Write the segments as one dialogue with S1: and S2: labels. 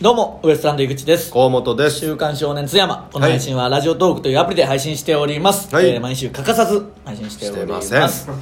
S1: どうも、ウエストランド井口です。
S2: 河本です
S1: 週刊少年津山。この配信はラジオトークというアプリで配信しております。
S2: はい
S1: えー毎週欠かさず配信しております。
S2: してませ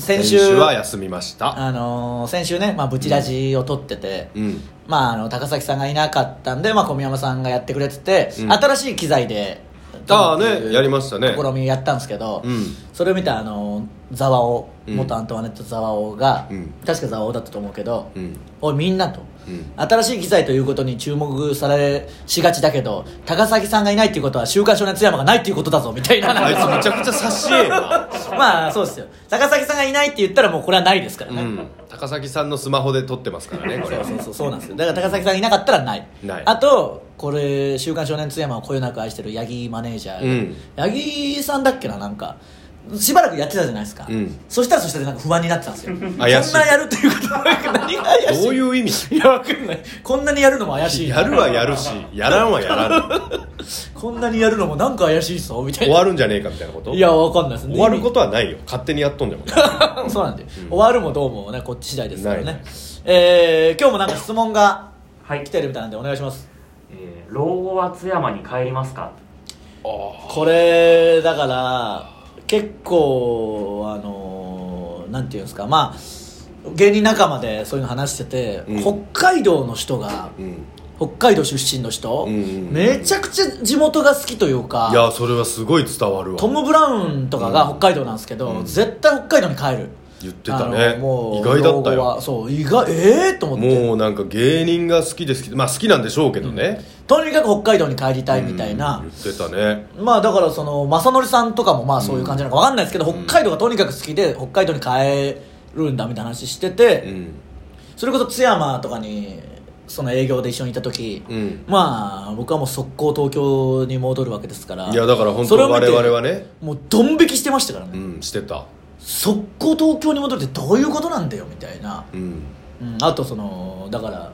S1: 先週、
S2: は休みました
S1: あのー先週ね、まあ、ブチラジを撮ってて、
S2: うん
S1: まあ、あの、高崎さんがいなかったんで、まあ、小宮山さんがやってくれてて、
S2: うん
S1: 新しい機材で、
S2: ああ
S1: 撮るってい
S2: ね
S1: う
S2: やりましたね
S1: 試みをやったんですけど、
S2: うん
S1: それを見たあのざわお
S2: うん
S1: 元アントワネットざわおが、
S2: うん
S1: 確かざわおだったと思うけど、
S2: うん
S1: おいみんなと、
S2: うん
S1: 新しい機材ということに注目されしがちだけど高崎さんがいないっていうことは「週刊少年津山」がないっていうことだぞみたいな
S2: あいつめちゃくちゃ差し絵な
S1: まあそうですよ高崎さんがいないって言ったらもうこれはないですから
S2: う
S1: ね、
S2: ん高崎さんのスマホで撮ってますからねこ
S1: そ
S2: れ
S1: うそうそうそうなんですよだから高崎さんがいなかったらない
S2: ない
S1: あとこれ「週刊少年津山」をこよなく愛してる八木マネージャーが、八木さんだっけななんかしばらくやってたじゃないですか、
S2: うん
S1: そしたらそしたらなんか不安になってたんですよ
S2: 怪しい
S1: こんなやるということはなんか何が怪しい
S2: どういう意味
S1: いやわかんないこんなにやるのも怪しい
S2: やるはやるしやらんはやら ん
S1: こんなにやるのもなんか怪しいぞみたい
S2: 終
S1: な
S2: わるんじゃねえかみたいなこと
S1: いやわかんないです
S2: 終わることはないよ勝手にやっとんじゃもん
S1: そうなんで、終わるもどうもねこっち次第ですから
S2: な
S1: ね
S2: い
S1: えー、今日もなんか質問が
S3: はい
S1: 来、てるみたいなんでお願いします
S3: えー老後は津山に帰りますか
S1: これだから結構あのなんていうんですかまあ芸人仲間でそういうの話してて、
S2: うん
S1: 北海道の人が
S2: うん
S1: 北海道出身の人、
S2: うんうんうん
S1: めちゃくちゃ地元が好きというか
S2: いやそれはすごい伝わるわ
S1: トム・ブラウンとかが北海道なんですけど、
S2: うん
S1: 絶対北海道に帰る
S2: 言ってた
S1: あの
S2: ね
S1: もう
S2: 意外だった
S1: 老後は
S2: よ
S1: そう意外ええと思って
S2: もうなんか芸人が好きで好きでまあ好きなんでしょうけどね
S1: とにかく北海道に帰りたいみたいな、
S2: うん言ってたね
S1: まあだからその正則さんとかもまあそういう感じなのかわかんないですけど、北海道がとにかく好きで北海道に帰るんだみたいな話してて、
S2: うん
S1: それこそ津山とかにその営業で一緒にいた時、
S2: うん
S1: まあ僕はもう速攻東京に戻るわけですから
S2: いやだから本当
S1: それを見て
S2: 我々はね
S1: もうドン引きしてましたからね、
S2: うんしてた
S1: 速攻東京に戻るってどういうことなんだよみたいな、
S2: うん
S1: うん、あとそのだから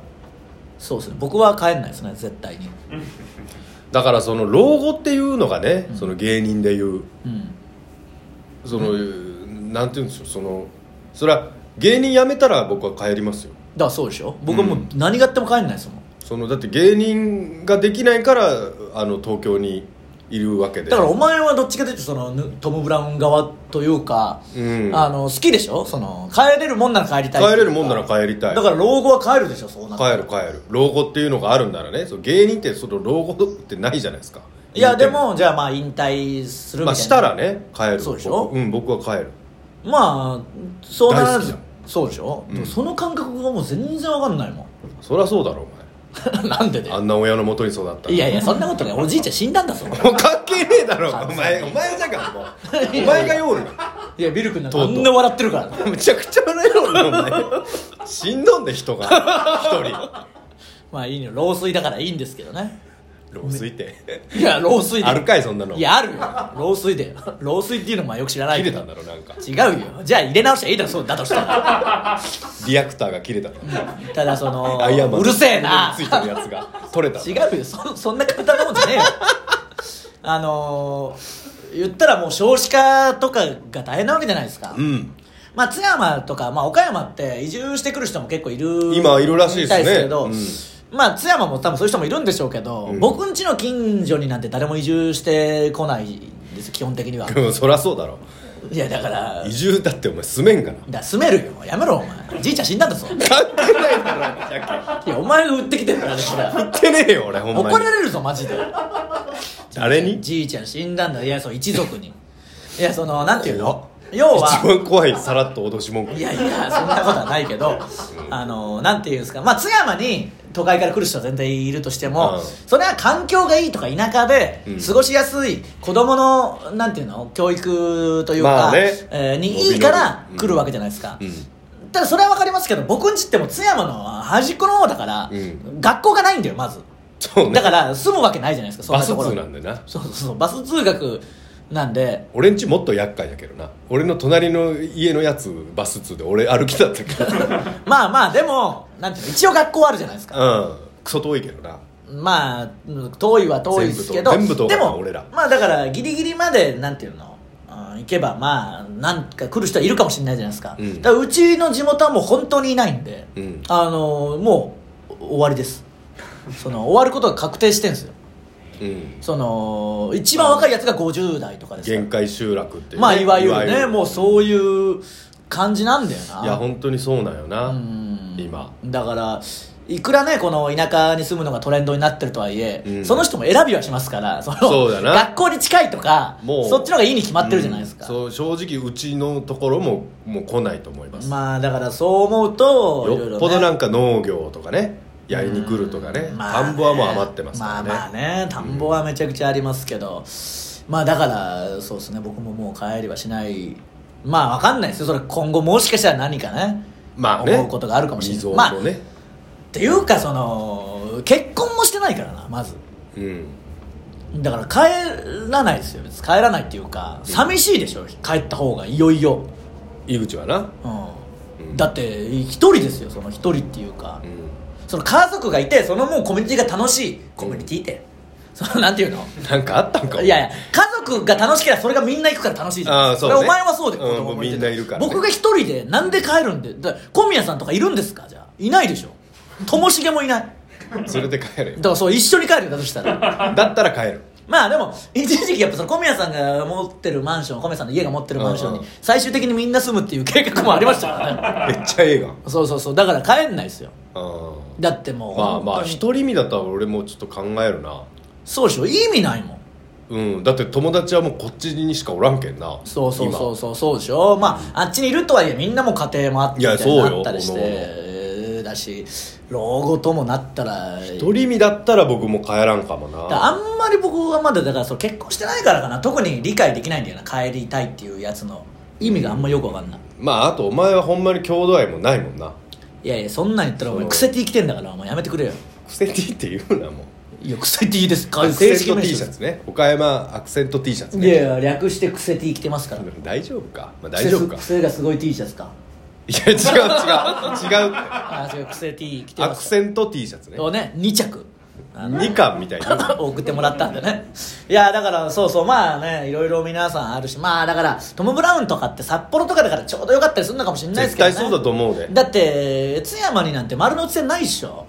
S1: そうですね僕は帰んないですね絶対に
S2: だからその老後っていうのがね、その芸人でいう
S1: うん
S2: その、なんていうんでしょうそのそれは芸人辞めたら僕は帰りますよ
S1: だからそうでしょ僕はもう何があっても帰んないですもん、
S2: そのだって芸人ができないからあの東京にいるわけで
S1: だからお前はどっちかというとそのぬトム・ブラウン側というか、
S2: うん
S1: あの好きでしょその帰れるもんなら帰りたい
S2: 帰れるもんなら帰りたい
S1: だから老後は帰るでしょそうなったら
S2: 帰る帰る老後っていうのがあるんならねその芸人ってその老後ってないじゃないですか
S1: いやで
S2: 言うて
S1: もじゃあまあ引退するみたいな、
S2: まあしたらね帰る
S1: そうでしょ
S2: 僕うん僕は帰る
S1: まあそうなら
S2: 大好き
S1: ず
S2: じゃん
S1: そうでしょ、
S2: うん
S1: でもその感覚がもう全然わかん ないも
S2: そりゃそうだろ
S1: んなんで
S2: お
S1: で
S2: 前あんな親のもとに育ったら
S1: いやいやそんなことないおじいちゃん死んだんだぞ
S2: もう関係ねえだろお前お前じゃからもうお前がようる
S1: いやビル君なんか
S2: と
S1: あ
S2: うとうん
S1: な笑ってるからね
S2: むちゃくちゃ笑いよるなお前死んどんで人が一
S1: まあいいの老衰だからいいんですけどね
S2: 人老衰って
S1: いや老衰で
S2: あるかいそんなの
S1: いやあるよ老衰で老衰っていうのもよく知らない
S2: 切
S1: け
S2: れ
S1: ど
S2: たんだろなんか
S1: 違うよじゃあ入れ直したらいいだろそうだとしたら
S2: リアクターが切れたの
S1: ただその
S2: アイアンマン
S1: うるせえな
S2: ついてるやつが取れたの
S1: 違うよそそんな簡単なもんじゃねえよあのー、言ったらもう少子化とかが大変なわけじゃないですか、
S2: うん
S1: まあ津山とか、まあ、岡山って移住してくる人も結構いる
S2: 今いるらしいですね
S1: みたけど、
S2: うん
S1: まあ津山も多分そういう人もいるんでしょうけど、
S2: うん
S1: 僕ん家の近所になんて誰も移住してこないんです基本的に は
S2: でもそりゃそうだろ
S1: いやだから
S2: 移住だってお前住めんから
S1: だ住めるよやめろお前じいちゃん死んだんだぞ
S2: 関係ないだ
S1: いやお前が売ってきてるからねこ
S2: ろ
S1: れ
S2: 言ってねえよ俺ほんま
S1: 怒
S2: に
S1: られるぞマジで
S2: 誰に
S1: じいちゃん死んだんだいやそう一族にいやそのなんていうの要
S2: 一
S1: は
S2: 番怖いさらっと脅し文句
S1: いやいやそんなことはないけどあのなんていうんですかまあ津山に都会から来る人は全然いるとしても、
S2: うん
S1: それは環境がいいとか田舎で
S2: うん
S1: 過ごしやすい子供のなんていうの教育というか、
S2: まあね
S1: えーにいいから来るわけじゃないですか、
S2: うん
S1: ただそれは分かりますけど僕んちってもう津山の端っこの方だから、
S2: うん
S1: 学校がないんだよまず
S2: そうね
S1: だから住むわけないじゃないですかそん
S2: バ
S1: な
S2: ス
S1: ところ
S2: 通なんでな
S1: そうそうそうバス通学なんで
S2: 俺んちもっと厄介だけどな俺の隣の家のやつバス通で俺歩きだっ たから
S1: まあまあでもなんていうの一応学校あるじゃないですか、
S2: うんクソ遠いけどな
S1: まあ遠いは遠いですけど
S2: 全部遠い全部遠か
S1: で
S2: った
S1: も
S2: 俺ら
S1: まあだからギリギリまでなんていうの、うん、行けばまあなんか来る人はいるかもしれないじゃないですか,、う
S2: うん
S1: だからうちの地元はもう本当にいないんで、
S2: うん
S1: あのもう終わりですその終わることが確定してるんですよ
S2: うん
S1: その一番若いやつが50代とかですから
S2: 限界集落っていうね、
S1: まあいわゆるねもうそういう感じなんだよない
S2: や本当にそうなんよな、
S1: うん
S2: 今
S1: だからいくらねこの田舎に住むのがトレンドになってるとはいえ、
S2: うん
S1: その人も選びはしますからその
S2: そうだな
S1: 学校に近いとか
S2: もう
S1: そっちの方がいいに決まってるじゃないですか、
S2: うんそう正直うちのところももう来ないと思います、
S1: まあだからそう思うといろい
S2: よ
S1: ろ
S2: っぽどなん
S1: ね
S2: か農業とかねやりに来るとかね、
S1: まあね
S2: 田んぼはもう余ってますからね,、
S1: まあまあね田んぼはめちゃくちゃありますけど、まあだからそうですね僕ももう帰りはしないまあわかんないですよそれ今後もしかしたら何かね,、
S2: まあね
S1: 思うことがあるかもしれない
S2: 未
S1: まあ
S2: 曾有のね、
S1: っていうかその結婚もしてないからなまず
S2: うん
S1: だから帰らないですよ別に帰らないっていうか寂しいでしょ帰った方がいよいよ、
S2: 井口はな、
S1: うん
S2: うん
S1: だって一人ですよその一人っていうか、
S2: うん、
S1: その家族がいてそのもうコミュニティが楽しいコミュニティって、そのなんていうの
S2: なんかあったんかも
S1: いやいや家族が楽しければそれがみんな行くから楽しいじゃないですか
S2: ああそうね
S1: れお前はそうで、
S2: うん
S1: 子供もて
S2: みんないるからね
S1: 僕が一人でなんで帰るんでだ小宮さんとかいるんですかじゃあいないでしょともしげもいない
S2: それで帰れよ
S1: だからそう一緒に帰るんだとしたら
S2: だったら帰る
S1: まあでも一時期やっぱその小宮さんが持ってるマンション小宮さんの家が持ってるマンション
S2: うん
S1: に
S2: うん
S1: 最終的にみんな住むっていう計画もありましたからね
S2: めっちゃええが
S1: そうそうそうだから帰んないですよ
S2: あ
S1: だってもう
S2: まあまあ
S1: 本当に
S2: 独り身だったら俺もちょっと考えるな
S1: そうでしょ意味ないもん
S2: うんだって友達はもうこっちにしかおらんけんな
S1: そうそうそう
S2: 今
S1: そうそうでしょまああっちにいるとはいえみんなも家庭もあってみ
S2: いや
S1: たいなの
S2: そうよ
S1: あったりして
S2: おのおの
S1: えーだし老後ともなったら
S2: 独り身だったら僕も帰らんかも
S1: だからあ
S2: なん
S1: まり僕はまだだからその結婚してないからかな特に理解できないんだよな帰りたいっていうやつの意味があんまよくわかんない
S2: まああとお前はほんまに郷土愛もないもんない
S1: やいやそんなん言ったらお前
S2: そう
S1: クセティ着てんだからもうやめてくれよ
S2: クセティって言うなもう
S1: いやクセティですか
S2: アクセント T
S1: 名称
S2: シャツね岡山アクセント T シャツ
S1: いやい
S2: ね
S1: や略してクセティ着てますから
S2: 大丈夫か、まあ、大丈夫か
S1: クセクセがすごい T シャツか
S2: いや違う違う違 うって
S1: あ違うクセティ着て
S2: ア
S1: ま
S2: ク
S1: すか
S2: セント T シャツね
S1: らをね2着あの
S2: 2巻みたいな
S1: 送ってもらったんでねいやだからそうそうまあねいろいろ皆さんあるしまあだからトム・ブラウンとかって札幌とかだからちょうどよかったりするのかもしれないです
S2: 絶
S1: けど、
S2: 対
S1: ね、
S2: そうだと思うで
S1: だって津山になんて丸の内線ないっしょ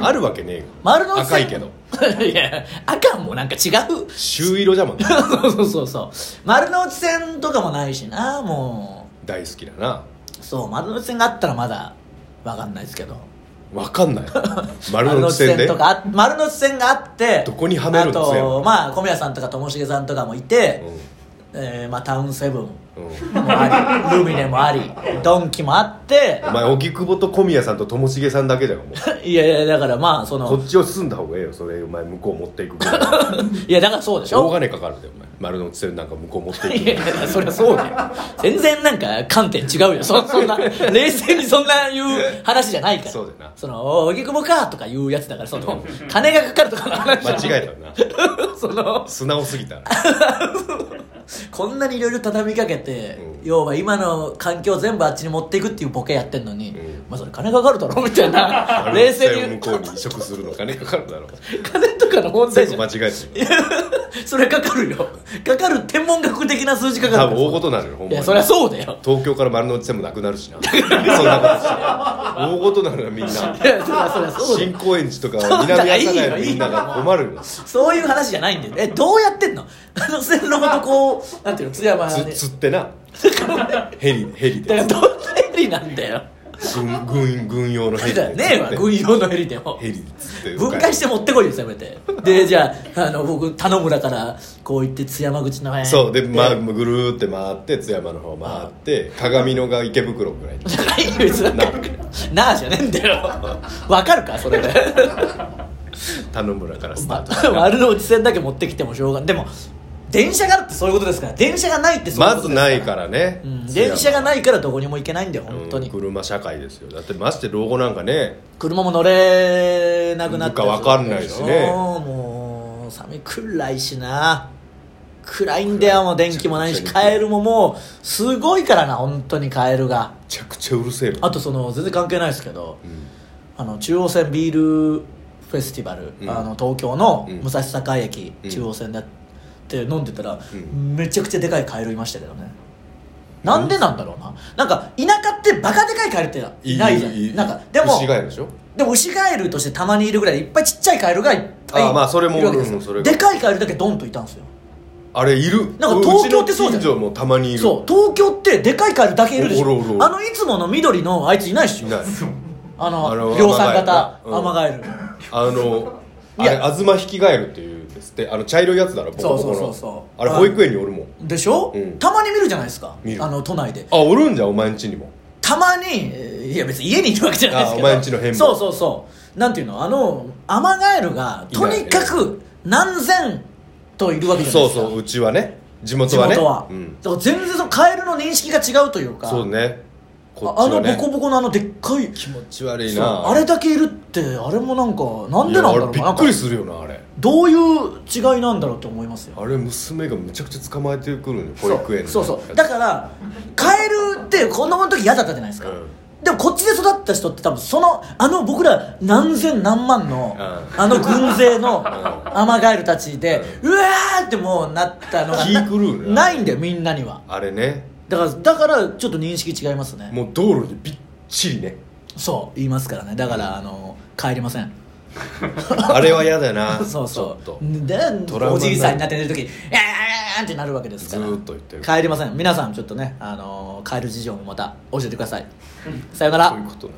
S2: あるわけねえよ
S1: 丸の内線
S2: 赤いけど
S1: いや赤もなんか違う
S2: 朱色じゃも んね
S1: そうそうそうそう丸の内線とかもないしなも
S2: 大好きだな
S1: うそう丸の内線があったらまだわかんないですけど
S2: わかんない丸の内線で
S1: とかあ丸の内線があって
S2: どこにはめるん
S1: あ
S2: ですよ
S1: とまあ小宮さんとかともしげさんとかもいて、えーまあ、タウンセブンも
S2: うんうん
S1: ありルミネもありドンキもあって
S2: お前荻窪と小宮さんとともしげさんだけじゃんもう
S1: いやいやだからまあそ
S2: こ
S1: の
S2: っちを住んだ方がええよそれお前向こう持っていくぐらい
S1: いやだからそうでし
S2: 大
S1: ょ
S2: 金かかるでお前丸の内線なんか向こう持ってい く
S1: いやいやそりゃそうだよ全然なんか観点違うよそそんな冷静にそんな言う話じゃないから
S2: そうだよな
S1: その荻窪かとか言うやつだからその金がかかるとかの話
S2: 間違えたな
S1: その
S2: 素直すぎた
S1: こんなにいろいろ畳みかけて、
S2: うん
S1: 要は今の環境全部あっちに持っていくっていうボケやってんのに、
S2: ん
S1: まあそれ金かかるだろみたいな
S2: 丸 の
S1: 冷
S2: 内
S1: 静
S2: 線を
S1: に
S2: 向こうに移植するの金かかるだろう
S1: 金とかの問題じゃ
S2: 全
S1: ん
S2: 部間違えてる
S1: それかかるよかかる天文学的な数字かか
S2: 多
S1: る
S2: 分大事なのよほん
S1: い
S2: ま
S1: や
S2: に
S1: そりゃそうだよ
S2: 東京から丸の内線もなくなるしなそんなことして大事なのよみんな
S1: や
S2: い
S1: そりゃそりゃそうだよ
S2: 新高円寺とか南阿佐ヶ谷のみんなが困るよ
S1: そういう話じゃないんだよえどうやってんのあの線路ごとこうなんていうの津山に
S2: つ釣ってなヘリヘリ
S1: だから
S2: で
S1: どんなヘリなんだよ
S2: 軍軍軍用のヘリ
S1: だ
S2: で
S1: からねえわ軍用のヘリでも
S2: ヘリで釣って
S1: 分解して持ってこいよせめてでじゃああの僕田野村からこう行って津山口の辺
S2: そうで、まあ、ぐるーって回って津山の方回って鏡野が池袋ぐらいに
S1: じゃないよ別に
S2: な
S1: なあじゃねえんだよわかるかそれで
S2: 田野村からスタ
S1: ま
S2: ートして
S1: あ丸の内線だけ持ってきてもしょうがないでも電車があるってそういうことですから電車がないってそういう
S2: ま
S1: こと
S2: ず
S1: ですから
S2: ないからね、
S1: うん電車が
S2: ない
S1: ないからどこにも行けないんだよ本当に、
S2: 車社会ですよだってまして老後なんかね
S1: 車も乗れなくなってる
S2: なんかわかんないしね
S1: もう寒い暗いしな暗いんだよもう電気もないしカエルももうすごいからな本当にカエルが
S2: めちゃくちゃうるせえもん
S1: あとその全然関係ないですけど
S2: うん
S1: あの中央線ビールフェスティバル、
S2: うん
S1: あの東京の
S2: うん
S1: 武蔵境駅、
S2: うん
S1: 中央線だって飲んでたら、
S2: うん
S1: めちゃくちゃでかいカエルいましたけどねなんでなんだろうななんか田舎ってバカでかいカエルっていないじゃんなんかでも
S2: 牛ガエルでしょ
S1: でも牛ガエルとしてたまにいるぐらいいっぱいちっちゃいカエルがいっぱい
S2: あまあそれも
S1: いるわけですよ
S2: うんそれが
S1: でかいカエルだけドンといたんですよ
S2: あれいる
S1: なんか東京ってそうじゃん
S2: ちの近所もたまにいる
S1: そう東京ってでかいカエルだけいるでしょ
S2: おるおるおる
S1: あのいつもの緑のあいついないっしょ
S2: いない
S1: あ
S2: あの
S1: の量産型アマ
S2: アマ
S1: ガエル
S2: あのあ
S1: い
S2: れ
S1: や
S2: 東引きガエルっていうんですってあの茶色いやつだろボコボコの
S1: そうそうそうそう
S2: あれ保育園におるもん
S1: でしょ、
S2: うん
S1: たまに見るじゃないですか
S2: 見る
S1: あの都内で
S2: あおるんじゃんお前んちにも
S1: たまにえーいや別に家にいるわけじゃないですけど
S2: あお前んちの変貌
S1: そうそうそうなんていうのあのアマガエルが
S2: いな
S1: と
S2: い
S1: にかく何千といるわけじゃないで
S2: そう
S1: すか
S2: そううちはね地元
S1: 地
S2: はね
S1: 元は、
S2: うん、
S1: だから全然そのカエルの認識が違うというか
S2: そうねこ
S1: ああ
S2: っち
S1: の
S2: は
S1: ボ
S2: ね
S1: コボコのあのでっかい気持
S2: 気持ち悪い
S1: そう
S2: な
S1: あれだけいるってあれもなんかなんでなんだろうな
S2: いやあれびっくり
S1: なんか
S2: するよなあれ
S1: どういう違いなんだろうと思いますよ
S2: あれ娘がむちゃくちゃ捕まえてくるのよ保育園の
S1: そうそうそうだからカエルって子供の時嫌だったじゃないですか、
S2: うん
S1: でもこっちで育った人って多分そのあの僕ら何千何万の、
S2: う
S1: あの軍勢の
S2: ん
S1: アマガエルたちで、うわーってもうなったのが
S2: 気狂うね
S1: ないんだよみんなには
S2: あれね
S1: だからだからちょっと認識違いますね
S2: もう道路にびっちりね
S1: そう言いますからねだから、あの帰りません
S2: あれは嫌だよな
S1: そうそ
S2: ちょっと
S1: うで
S2: トラウマになる
S1: おじいさんになって寝る時「えーん!」ってなるわけですから
S2: ずーっと言ってる
S1: 帰りません皆さんちょっとね、あのー帰る事情もまた教えてくださいさよなら
S2: そういうことな